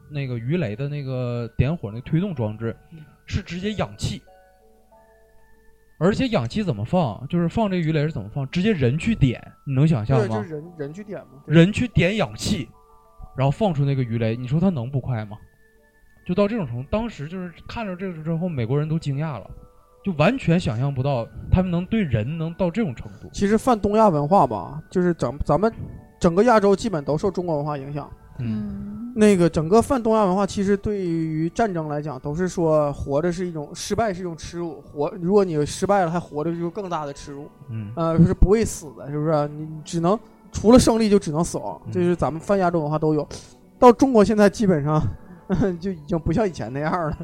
S4: 那个鱼雷的那个点火那个推动装置是直接氧气，而且氧气怎么放？就是放这鱼雷是怎么放？直接人去点，你能想象
S2: 对，
S4: 吗？
S2: 就是人人去点嘛。对
S4: 人去点氧气，然后放出那个鱼雷，你说他能不快吗？就到这种程度，当时就是看着这个之后，美国人都惊讶了，就完全想象不到他们能对人能到这种程度。
S2: 其实泛东亚文化吧，就是咱咱们整个亚洲基本都受中国文化影响。
S3: 嗯，
S2: 那个整个泛东亚文化，其实对于战争来讲，都是说活着是一种失败是一种耻辱，活如果你失败了还活着，就是更大的耻辱。
S4: 嗯，
S2: 呃，是不会死的，是不是？你只能除了胜利就只能死亡，
S4: 嗯
S2: 这是咱们泛亚洲文化都有。到中国现在基本上 <laughs> 就已经不像以前那样了。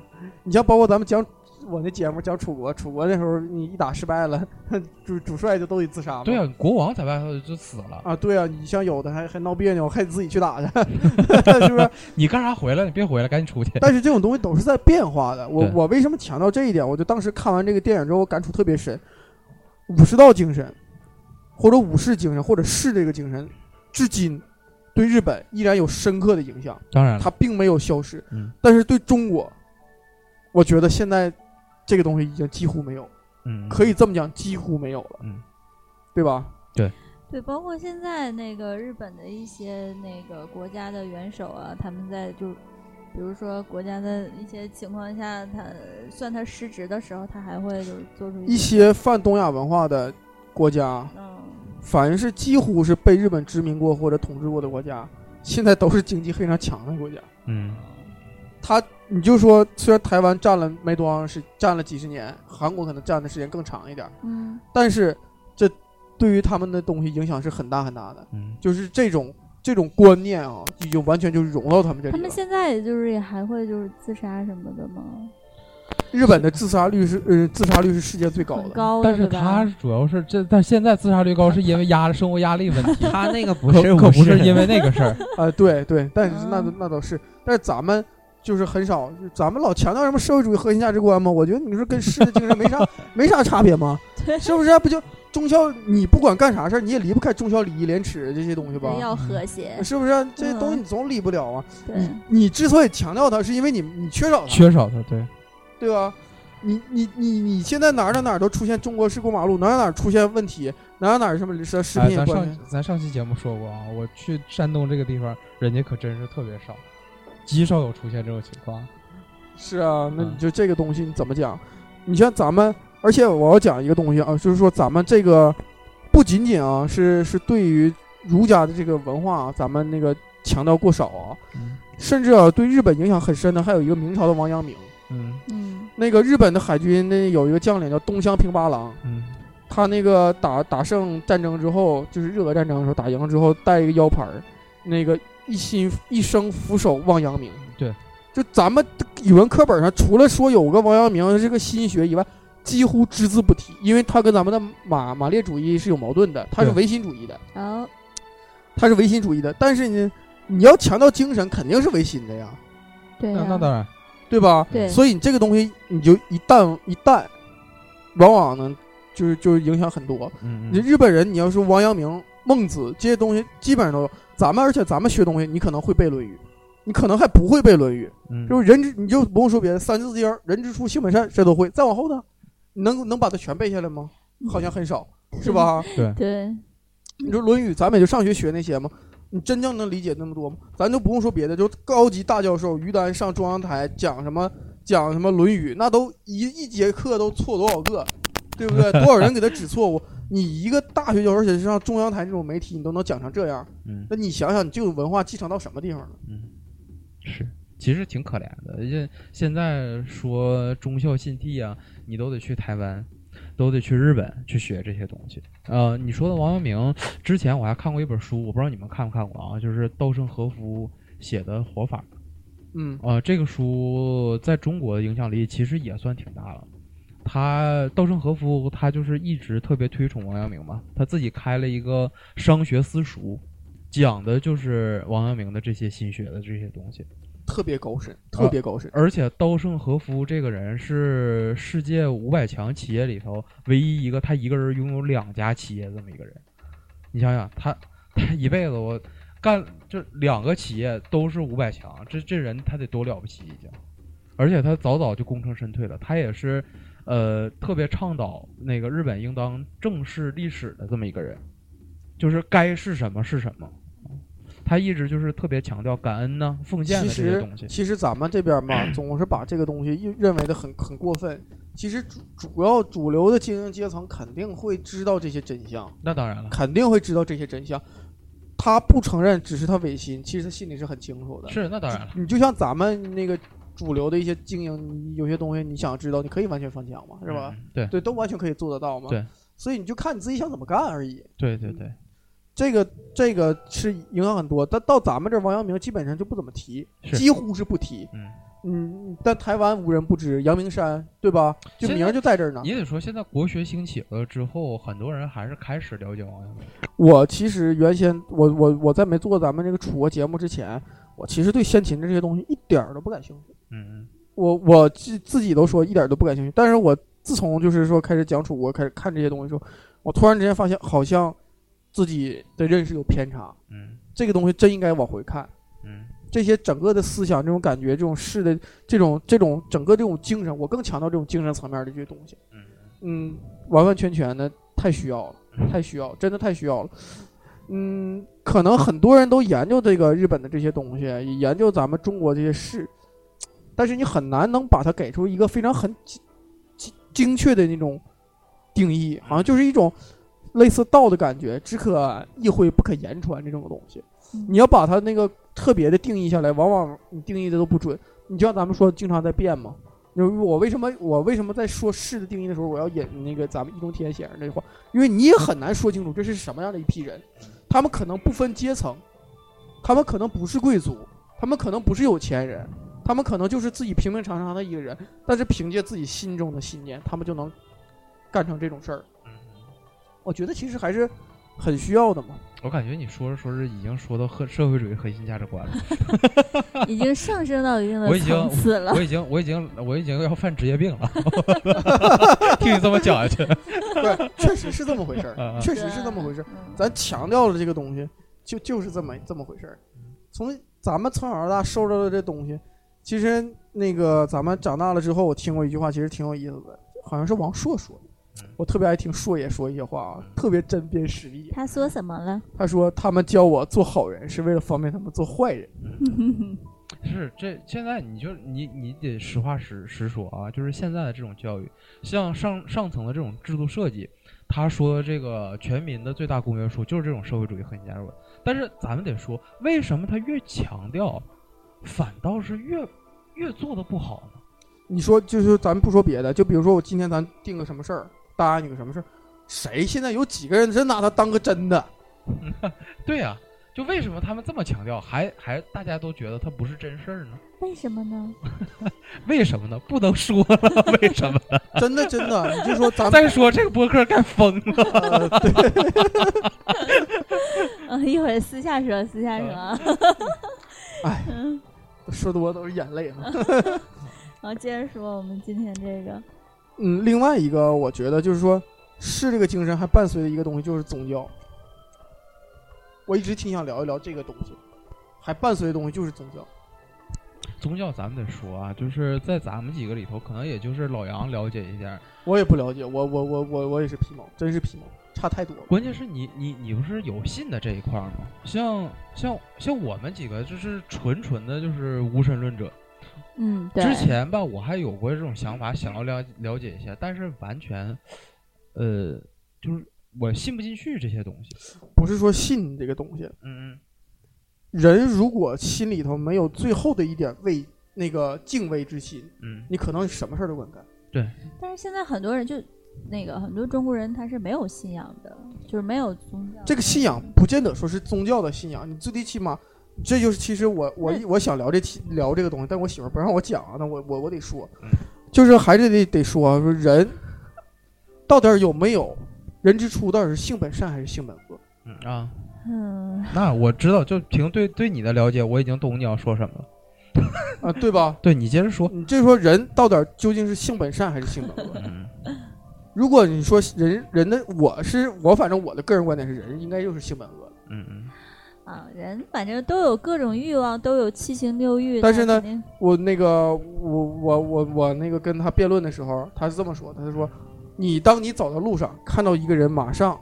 S2: 你像包括咱们讲我那节目讲楚国，楚国那时候你一打失败了， <laughs> 主主帅就都得自杀嘛。
S4: 对啊，国王在外头就死了，
S2: 啊，对啊，你像有的还还闹别扭，还得自己去打去，
S4: <laughs>
S2: <laughs> 是不是？
S4: 你干啥回来？你别回来，赶紧出 <laughs> 去。
S2: 但是这种东西都是在变化的。我
S4: 对
S2: 我为什么强调这一点？我就当时看完这个电影之后，我感触特别深。武士道精神，或者武士精神，或者士这个精神，至今对日本依然有深刻的影响，
S4: 当然了，
S2: 它并没有消失。
S4: 嗯
S2: 但是对中国，我觉得现在这个东西已经几乎没有，
S4: 嗯，
S2: 可以这么讲，几乎没有了，
S4: 嗯
S2: 对吧？
S3: 对，包括现在那个日本的一些那个国家的元首啊，他们在就。比如说，国家的一些情况下，他算他失职的时候，他还会就是做出
S2: 一些泛东亚文化的国家，
S3: 嗯，
S2: 凡是几乎是被日本殖民过或者统治过的国家，现在都是经济非常强的国家。
S4: 嗯
S2: 他你就说，虽然台湾占了没多长时，占了几十年，韩国可能占的时间更长一点儿，
S3: 嗯
S2: 但是这对于他们的东西影响是很大很大的。
S4: 嗯，
S2: 就是这种这种观念啊，已经完全就融到他们这
S3: 他
S2: 里
S3: 们
S2: 了。
S3: 现在也就是也还会就是自杀什么的吗？
S2: 日本的自杀率是呃自杀率是世界最高
S3: 很
S2: 的，
S3: 高的，
S4: 但是
S3: 哦对吧
S4: 他主要是这，但现在自杀率高是因为压生活压力 <laughs> 问题，
S5: 他那个不
S4: 嗯可
S5: 是
S4: 可不
S5: 是
S4: 是因为那个事儿。
S2: 啊，对对，但是那
S3: 嗯
S2: 那倒是，但是咱们就是很少，就咱们老强调什么社会主义核心价值观嘛，我觉得你说跟世界精神没
S3: <laughs>
S2: 啥没啥差别吗？
S3: 对
S2: 是不是？不就忠孝？你不管干啥事儿，你也离不开忠孝礼义廉耻这些东西吧？
S3: 要和谐，
S2: 嗯是不是？这些东西你总离不了啊。
S3: 对
S2: 你你之所以强调它，是因为你你缺少它，
S4: 缺少他，对，
S2: 对吧？你你你你现在哪儿哪儿哪儿都出现中国式过马路，哪儿哪儿哪儿出现问题，哪儿哪儿什么食食
S4: 哎，
S2: 品也
S4: 咱
S2: 关
S4: 上
S2: 键。
S4: 咱上期节目说过啊，我去山东这个地方，人家可真是特别少，极少有出现这种情况。
S2: 是啊，那
S4: 嗯
S2: 你就这个东西你怎么讲？你像咱们，而且我要讲一个东西啊，就是说咱们这个不仅仅啊是是对于儒家的这个文化、啊，咱们那个强调过少啊，
S4: 嗯
S2: 甚至啊对日本影响很深的还有一个明朝的王阳明。
S4: 嗯
S3: 嗯
S2: 那个日本的海军那有一个将领叫东乡平八郎，
S4: 嗯
S2: 他那个打打胜战争之后，就是日俄战争的时候打赢了之后，带一个腰牌儿，那个一心一生俯首望阳明。
S4: 对，
S2: 就咱们语文课本上除了说有个王阳明是个心学以外，几乎只字不提，因为他跟咱们的马马列主义是有矛盾的，他是
S4: 对
S2: 唯心主义的，
S3: 然后
S2: 他是唯心主义的，但是呢，你要强调精神，肯定是唯心的呀，
S3: 对
S4: 那那
S3: 呀
S4: 当然，
S2: 对吧？
S3: 对，
S2: 所以你这个东西，你就一旦一旦，往往呢，就是就是影响很多。
S4: 嗯
S2: 你日本人，你要说王阳明、孟子这些东西，基本上都有。咱们而且咱们学东西，你可能会背《论语》，你可能还不会背《论语》，
S4: 嗯
S2: 就是人之你就不用说别的，三字经儿、人之初性本善，这都会。再往后呢，你能能把它全背下来吗？
S4: 嗯
S2: 好像很少，是吧？ <laughs>
S3: 对
S2: 你说《论语》，咱们也就上学学那些嘛，你真正能理解那么多吗？咱就不用说别的，就高级大教授于丹上中央台讲什么讲什么《论语》，那都一一节课都错多少个，对不对？多少人给他指错误？你一个大学教授，而且是上中央台这种媒体，你都能讲成这样，
S4: 嗯
S2: 那你想想，你这种文化继承到什么地方了？
S4: 嗯，是，其实挺可怜的。现现在说忠孝信弟啊，你都得去台湾，都得去日本去学这些东西。呃，你说的王阳明，之前我还看过一本书，我不知道你们看没看过啊，就是稻盛和夫写的《活法》。
S2: 嗯，
S4: 呃，这个书在中国的影响力其实也算挺大了。他稻盛和夫，他就是一直特别推崇王阳明嘛，他自己开了一个商学私塾，讲的就是王阳明的这些心学的这些东西。
S2: 特别高深，特别高深。
S4: 而且稻盛和夫这个人是世界五百强企业里头唯一一个他一个人拥有两家企业这么一个人。你想想，他他一辈子我干这两个企业都是五百强，这这人他得多了不起已经。而且他早早就功成身退了，他也是，呃，特别倡导那个日本应当正视历史的这么一个人，就是该是什么是什么。他一直就是特别强调感恩呐、奉献的
S2: 其
S4: 这些
S2: 实
S4: 东西，。
S2: 其实咱们这边
S4: <clears throat>
S2: 吧，总是把这个东西又认为的很很过分。其实主主要主流的精英阶层肯定会知道这些真相，
S4: 那当然了。
S2: 肯定会知道这些真相。他不承认，只是他违心，其实他心里是很清楚的。
S4: 是，那当然了。
S2: 你就像咱们那个主流的一些精英，你有些东西你想知道，你可以完全放枪嘛，是吧？
S4: 嗯？对
S2: 对，都完全可以做得到嘛。
S4: 对，
S2: 所以你就看你自己想怎么干而已。
S4: 对对对，
S2: 这个这个是影响很多，但到咱们这儿王阳明基本上就不怎么提，
S4: 是
S2: 几乎是不提。
S4: 嗯，
S2: 嗯，但台湾无人不知，阳明山对吧？就
S4: 现在
S2: 名儿就在这儿呢。
S4: 也得说现在国学兴起了之后，很多人还是开始了解王阳明。
S2: 我其实原先我我我在没做咱们这个楚国节目之前，我其实对先秦的这些东西一点儿都不感兴趣。
S4: 嗯
S2: 我我自自己都说一点儿都不感兴趣，但是我自从就是说开始讲楚国，开始看这些东西之后，我突然之间发现好像自己的认识有偏差，
S4: 嗯
S2: 这个东西真应该往回看。
S4: 嗯
S2: 这些整个的思想、这种感觉、这种事的这种这种整个这种精神，我更强调这种精神层面的这些东西。
S4: 嗯
S2: 嗯，完完全全的太需要了，太需要，真的太需要了。嗯，可能很多人都研究这个日本的这些东西，也研究咱们中国这些事，但是你很难能把它给出一个非常很精精精确的那种定义，好像就是一种类似道的感觉，只可意会不可言传这种东西。
S3: 嗯
S2: 你要把它那个特别的定义下来，往往你定义的都不准。你就像咱们说，经常在变嘛。就是我为什么我为什么在说是的定义的时候，我要引那个咱们易中天先生这句话，因为你也很难说清楚这是什么样的一批人，他们可能不分阶层，他们可能不是贵族，他们可能不是有钱人，他们可能就是自己平平常常的一个人，但是凭借自己心中的信念，他们就能干成这种事儿。
S4: 嗯
S2: 我觉得其实还是很需要的嘛。
S4: 我感觉你说着说着已经说到核社会主义核心价值观了，
S3: 已经上升到一定
S4: 我
S3: 的
S4: 已经
S3: 层次了。
S4: 我已经我已经我已经要犯职业病了， <laughs> 听你这么讲下去，
S2: 对，确实是这么回事
S4: 啊啊
S2: 儿，确实是这么回事儿。
S3: 嗯
S2: 咱强调了这个东西，就就是这么这么回事儿。从咱们从小到大受到的这东西，其实那个咱们长大了之后，我听过一句话，其实挺有意思的，好像是王朔说的
S4: 嗯。
S2: 我特别爱听朔爷说一些话啊，特别针砭时弊。啊
S3: 他说什么了？
S2: 他说他们教我做好人，是为了方便他们做坏人。
S4: 是这现在你就你你得实话实实说啊，就是现在的这种教育，像上上层的这种制度设计，他说这个全民的最大公约数就是这种社会主义核心价值观，但是咱们得说，为什么他越强调，反倒是越越做的不好呢？
S2: 你说，就是咱们不说别的，就比如说我今天咱定个什么事儿，答应你个什么事儿，谁现在有几个人真拿它当个真的？
S4: 对呀、就为什么他们这么强调，还还大家都觉得它不是真事儿呢？
S3: 为什么 <laughs> 呢？
S4: 为什么呢？不能说了，为什么？
S2: 真的真的，你就说咱们
S4: 再说这个播客该疯了。
S2: 呃对
S3: 嗯，一会儿私下说，私下说嗯啊。 <laughs>
S2: 哎，说多都是眼泪啊哈。
S3: 然后接着说我们今天这个，
S2: 嗯，另外一个我觉得就是说，是这个精神还伴随着一个东西，就是宗教。我一直挺想聊一聊这个东西，还伴随的东西就是宗教。
S4: <laughs> 宗教咱们得说啊，就是在咱们几个里头，可能也就是老杨了解一点儿。
S2: 我也不了解，我我我我我也是皮毛，真是皮毛，差太多了。
S4: 关键是你你你不是有信的这一块儿吗？像像像我们几个就是纯纯的，就是无神论者。
S3: 嗯，对，
S4: 之前吧，我还有过这种想法，想要了了解一下，但是完全，呃，就是我信不进去这些东西。
S2: 不是说信这个东西，
S4: 嗯嗯，
S2: 人如果心里头没有最后的一点畏那个敬畏之心，
S4: 嗯，
S2: 你可能什么事儿都敢干。
S3: 但是现在很多人就那个很多中国人他是没有信仰的，就是没有宗教。
S2: 这个信仰不见得说是宗教的信仰，你最低起码，这就是其实我我
S3: 那
S2: 我想聊这期聊这个东西，但我媳妇儿不让我讲啊，那我我我得说
S4: 嗯，
S2: 就是还是得得说啊说人到底儿有没有人之初到底是性本善还是性本恶？
S4: 嗯啊，
S3: 嗯，
S4: 那我知道，就凭对对你的了解，我已经懂你要说什么了。
S2: 啊，对吧？
S4: 对你接着说。
S2: 你这说人到底儿究竟是性本善还是性本恶？
S4: 嗯
S2: 如果你说人人的，我是我，反正我的个人观点是，人应该就是性本恶的。
S4: 嗯嗯，
S3: 啊，人反正都有各种欲望，都有七情六欲。
S2: 但是
S3: 他
S2: 呢
S3: 肯定，
S2: 我那个我我我我那个跟他辩论的时候，他是这么说的，他说，你当你走到路上看到一个人，马上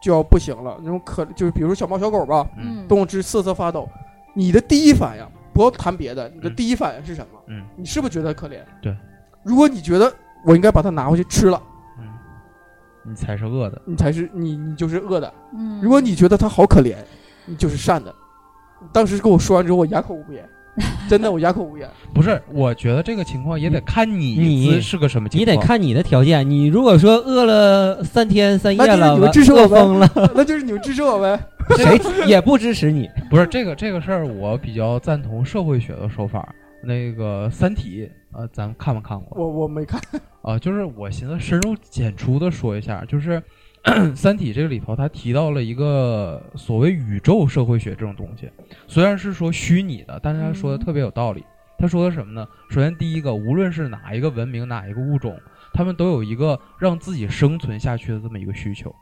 S2: 就要不行了，那种可就是比如说小猫小狗吧，
S4: 嗯
S3: 嗯，
S2: 动之瑟瑟发抖，你的第一反应不要谈别的，你的第一反应是什么？
S4: 嗯，
S2: 你是不是觉得可怜？
S4: 对，
S2: 如果你觉得我应该把它拿回去吃了，
S4: 嗯，你才是恶的。
S2: 你才是你你就是恶的。
S3: 嗯，
S2: 如果你觉得他好可怜，你就是善
S4: <laughs>
S2: 的。当时跟我说完之后，我哑口无言，真的我哑口无
S4: <laughs>
S2: 言。
S4: 不是，我觉得这个情况也得看你
S5: 你
S4: 自是个什么情
S5: 你
S4: 况。
S5: 得看你的条件，你如果说饿了三天三夜
S2: 那就是
S5: 了，
S2: 你们支持我
S5: 饿
S2: 呗
S5: 疯
S2: <laughs>
S5: 了，
S2: 那就是你们支持我呗。
S5: 谁也不支持你。
S4: 不是这个这个事儿，我比较赞同社会学的说法。那个《三体》呃，咱们看没看过？
S2: 我我没看，
S4: 啊、就是我寻思深入浅出的说一下，就是《三体》这个里头，它提到了一个所谓宇宙社会学这种东西，虽然是说虚拟的，但是他说
S3: 嗯
S4: 的特别有道理。他说的什么呢？首先，第一个，无论是哪一个文明、哪一个物种，他们都有一个让自己生存下去的这么一个需求，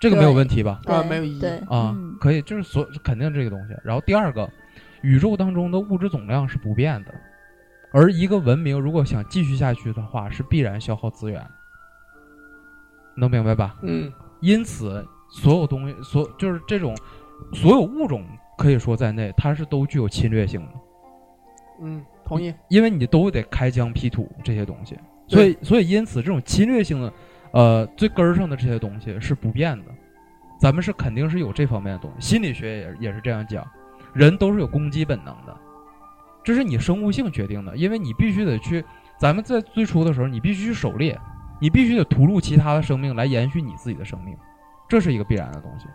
S4: 这个没有
S3: 对
S4: 问题吧？
S3: 对
S2: 啊没有意义
S3: 对
S4: 啊，
S3: 嗯
S4: 可以，就是所肯定这个东西。然后第二个，宇宙当中的物质总量是不变的，而一个文明如果想继续下去的话，是必然消耗资源，能明白吧？
S2: 嗯，
S4: 因此，所有东西，所就是这种所有物种可以说在内，它是都具有侵略性的，
S2: 嗯，同意。
S4: 因为你都得开疆辟土这些东西，所以所以因此这种侵略性的。呃，最根儿上的这些东西是不变的，咱们是肯定是有这方面的东西。心理学也也是这样讲，人都是有攻击本能的，这是你生物性决定的，因为你必须得去，咱们在最初的时候，你必须去狩猎，你必须得屠戮其他的生命来延续你自己的生命，这是一个必然的东西。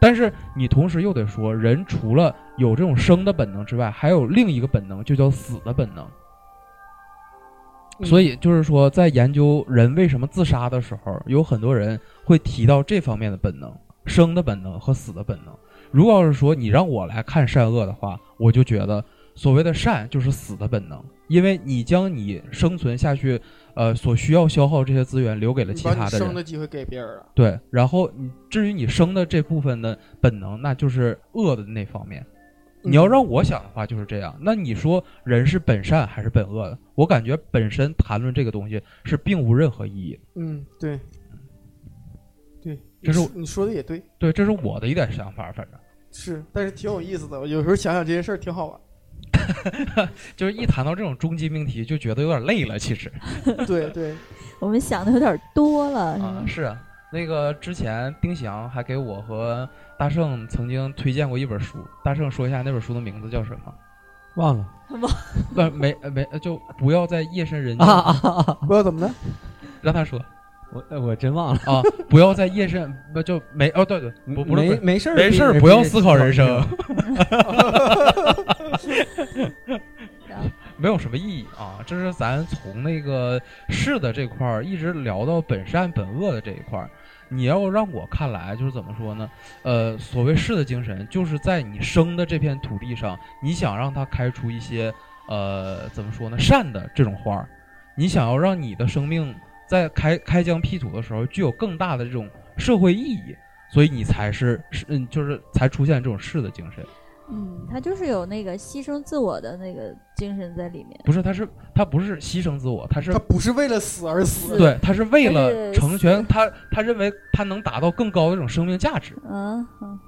S4: 但是你同时又得说，人除了有这种生的本能之外，还有另一个本能，就叫死的本能。
S2: 嗯
S4: 所以就是说，在研究人为什么自杀的时候，有很多人会提到这方面的本能，生的本能和死的本能。如果要是说你让我来看善恶的话，我就觉得所谓的善就是死的本能，因为你将你生存下去，呃，所需要消耗这些资源留给了
S2: 你
S4: 其
S2: 把
S4: 他
S2: 你
S4: 的人
S2: 生。的机会给别人了。
S4: 对，然后你至于你生的这部分的本能，那就是恶的那方面。
S2: 嗯
S4: 你
S5: 嗯
S4: 要让我想的话就是这样。那你说人是本善还是本恶的？我感觉本身谈论这个东西是并无任何意义。
S2: 嗯，对，对，
S4: 这是
S2: 你你说的也对，
S4: 对，这是我的一点想法，反正
S2: 是，但是挺有意思的。我有时候想想这些事儿挺好玩。
S4: 就是一谈到这种终极命题，就觉得有点累了。其实
S2: <laughs> 对
S4: <laughs>
S2: 对，
S3: 我们想的有点多
S5: 嗯
S3: 了，是
S4: 啊
S3: 吗，？
S4: 是啊。那个之前冰翔还给我和大圣曾经推荐过一本书，大圣说一下那本书的名字叫什么？
S5: 忘了
S4: 不，没呃没，呃就不要在夜深人静
S5: 啊，啊啊！
S2: 不知道怎么的，
S4: 让他说。
S5: 我呃我真忘了，
S4: 啊，不要在夜深不就没哦，对对，不不是
S5: 没
S4: 不是
S5: 没事儿
S4: 没事儿，
S5: 别
S4: 不要思考人生，
S5: 别，
S4: <laughs> 没有什么意义啊。这是咱从那个是的这块儿一直聊到本善本恶的这一块儿。你要让我看来，就是怎么说呢？呃，所谓是的精神，就是在你生的这片土地上，你想让它开出一些呃，怎么说呢，善的这种花儿，你想要让你的生命在开开疆辟土的时候具有更大的这种社会意义，所以你才是是嗯，就是才出现这种士的精神。
S3: 嗯，他就是有那个牺牲自我的那个精神在里面。
S4: 不是，他是他不是牺牲自我，他是
S2: 他不是为了死而死，
S4: 对，他是为了
S3: 是
S4: 成全他，他认为他能达到更高的这种生命价值。
S3: 嗯，嗯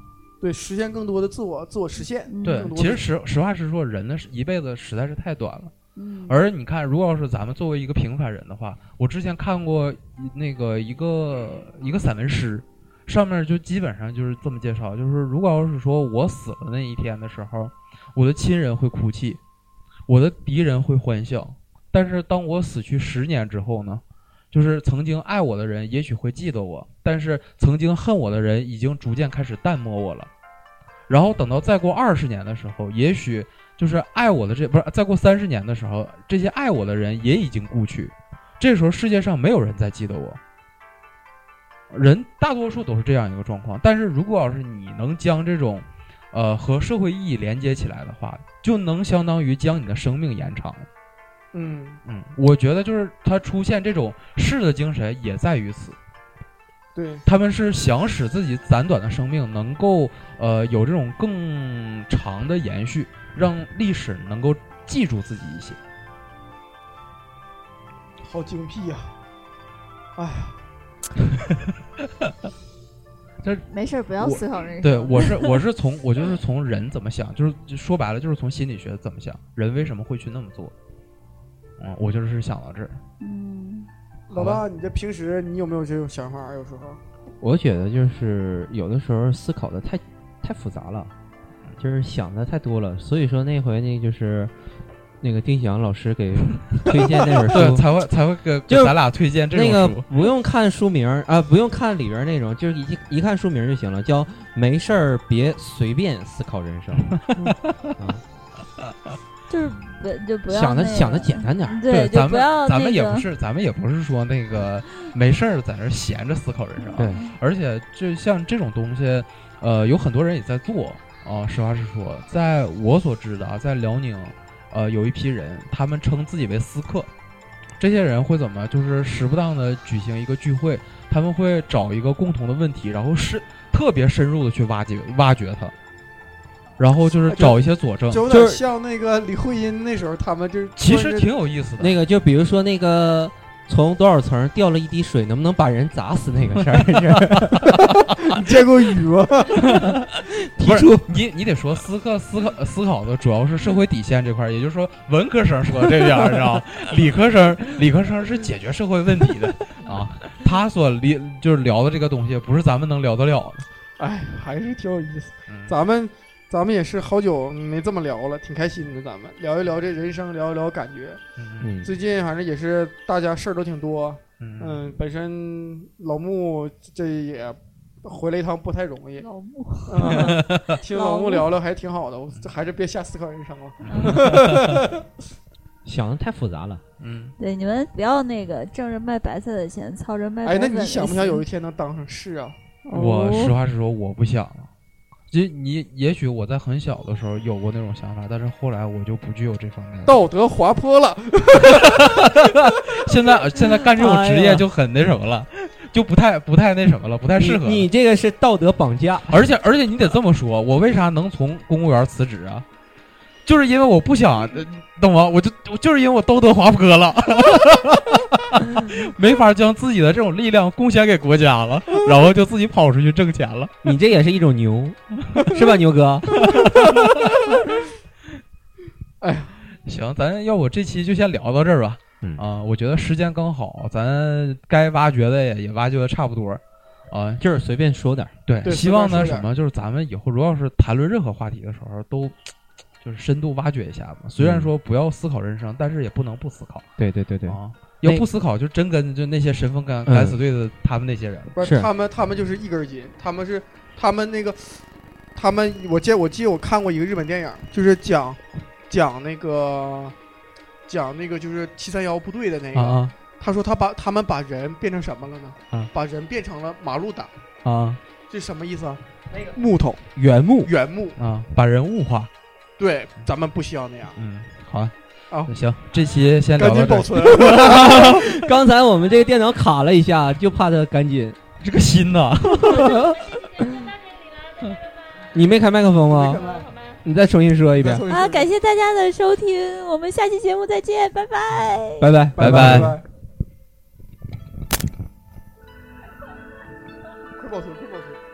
S2: 对，实现更多的自我自我实现。
S3: 嗯
S4: 对
S2: 更，多
S4: 其实
S2: 的
S4: 实实话实说，人的一辈子实在是太短了。
S3: 嗯，
S4: 而你看，如果要是咱们作为一个平凡人的话，我之前看过一那个一个一个散文诗，上面就基本上就是这么介绍，就是如果要是说我死了那一天的时候，我的亲人会哭泣，我的敌人会欢笑，但是当我死去十年之后呢，就是曾经爱我的人也许会记得我，但是曾经恨我的人已经逐渐开始淡漠我了。然后等到再过二十年的时候，也许就是爱我的这不是再过三十年的时候，这些爱我的人也已经故去，这时候世界上没有人再记得我。人大多数都是这样一个状况，但是如果要是你能将这种，呃和社会意义连接起来的话，就能相当于将你的生命延长了。
S2: 嗯，
S4: 嗯，我觉得就是他出现这种士的精神也在于此，
S2: 对，
S4: 他们是想使自己短短的生命能够呃有这种更长的延续，让历史能够记住自己一些。
S2: 好精辟呀、哎呀，
S3: 没事儿，不要
S4: 我
S3: 思考人生。 <laughs>
S4: 对，我是我是从我就是从人怎么想，就是就说白了就是从心理学怎么想，人为什么会去那么做。嗯，我就是想到这儿。
S3: 嗯，
S2: 老大，你这平时你有没有这种想法啊？有时候
S5: 我觉得就是有的时候思考的太太复杂了，就是想的太多了，所以说那回那就是那个丁翔老师给推荐那本
S4: 对， <laughs>
S5: 书。
S4: 才会才会给给
S5: 就是
S4: 咱俩推荐这种
S5: 那个
S4: 书。
S5: 不用看书名儿啊、不用看里边儿内容，就是一一看书名儿就行了，叫《没事儿别随便思考人生》
S3: <laughs>
S5: 啊
S3: 就是不就不要
S5: 想的
S3: 那个
S5: 想的简单点儿。
S3: 对，就
S4: 咱
S3: 不
S4: 们
S3: 要
S4: 咱们
S3: 那
S4: 也
S3: 个
S4: 不是，咱们也不是说那个没事儿在那儿闲着思考人生啊。
S5: 对，
S4: 而且就像这种东西，呃，有很多人也在做啊、实话实说，在我所知的啊，在辽宁，呃，有一批人，他们称自己为私客。这些人会怎么？就是时不当的举行一个聚会，他们会找一个共同的问题，然后深特别深入的去挖掘挖掘它，然后就是
S2: 哎就
S4: 找一些佐证，
S2: 就有
S5: 就
S2: 点
S5: 是
S2: 像那个李慧音那时候他们就是
S4: 其
S2: 突
S4: 实
S2: 然
S4: 挺有意思的。
S5: 那个就比如说那个从多少层掉了一滴水，能不能把人砸死那个事儿，
S3: <laughs>
S2: 你见过雨吗？
S5: 提
S4: 不是
S5: 出
S4: 你你得说思考思考思考的主要是社会底线这块儿，也就是说文科生说这边儿，你知道吗，理科生理科生是解决社会问题的 <laughs> 啊。他所理就是聊的这个东西，不是咱们能聊得了的。
S2: 哎，还是挺有意思。
S4: 嗯
S2: 咱们咱们也是好久没这么聊了，挺开心的。咱们聊一聊这人生，聊一聊感觉。
S4: 嗯
S5: 嗯，
S2: 最近反正也是大家事儿都挺多，
S4: 嗯
S2: 嗯，本身老穆这也回来一趟不太容
S3: <laughs>
S2: 易，
S3: 老木，
S2: 嗯听老
S3: 老
S2: 穆
S3: 穆
S2: 聊聊还挺好的。我这还是别瞎思考人生了。
S5: <laughs>
S3: 嗯
S5: 想的太复杂了。
S4: 嗯
S3: 对，你们不要那个挣着卖白菜的钱，操着卖白
S2: 哎，那
S3: 粉的心。
S2: 你想不想有一天能当上市啊？
S4: 我实
S3: 哦
S4: 话实说，我不想了。其实你也许我在很小的时候有过那种想法，但是后来我就不具有这方面的。
S2: 道德滑坡了，
S4: 现在呃现在干这种职
S5: 哎呀
S4: 业就很那什么了，就不太不太那什么了，不太适合了
S5: 你你这个是道德绑架，
S4: <laughs> 而且而且你得这么说，我为啥能从公务员辞职啊？就是因为我不想，呃懂吗？我就我就是因为我道德滑坡了，没法将自己的这种力量贡献给国家了，然后就自己跑出去挣钱了。
S5: 你这也是一
S3: <laughs>
S5: 种牛，是吧，牛哥？
S4: 行，咱要不这期就先聊到这儿吧。
S5: 嗯
S4: 啊，我觉得时间刚好，咱该挖掘的也也挖掘的差不多。啊，
S5: 就是随便说点儿，
S4: 对，
S2: 对
S4: 希望
S2: 随
S4: 呢
S2: 便说点
S4: 什么，就是咱们以后如果要是谈论任何话题的时候，都就是深度挖掘一下嘛。虽然
S5: 嗯
S4: 说不要思考人生，但是也不能不思考
S5: 对对对对
S4: 啊。
S5: 那
S4: 要不思考，就真跟就那些神风敢
S5: 嗯
S4: 敢死队的他们那些人了。
S2: 不
S5: 是
S2: 他们，他们就是一根筋，他们是他们那个，他们我记我记得我看过一个日本电影，就是讲讲那个讲那个就是七三幺部队的那个，
S4: 啊
S2: 他说他把他们把人变成什么了呢？
S4: 啊
S2: 把人变成了马路党，
S4: 啊啊
S2: 这什么意思啊？那个木头
S5: 原木
S2: 原木，
S4: 啊！把人物化，
S2: 对，咱们不需要那样，
S4: 嗯，好啊。
S2: 好
S4: 那行，这期先聊
S2: 赶紧
S4: 到这
S2: 保
S4: 儿。
S2: 存。
S5: <laughs> 刚才我们这个电脑卡了一下，就怕它赶紧。
S4: 这个心呐，
S5: 你没开麦克风
S4: 啊
S2: <laughs>
S5: 吗？你再重新说一遍，
S3: 啊！感谢大家的收听，我们下期节目再见，拜拜。
S5: 拜拜。
S2: 拜
S4: 拜拜
S2: 拜。快保存，快保存。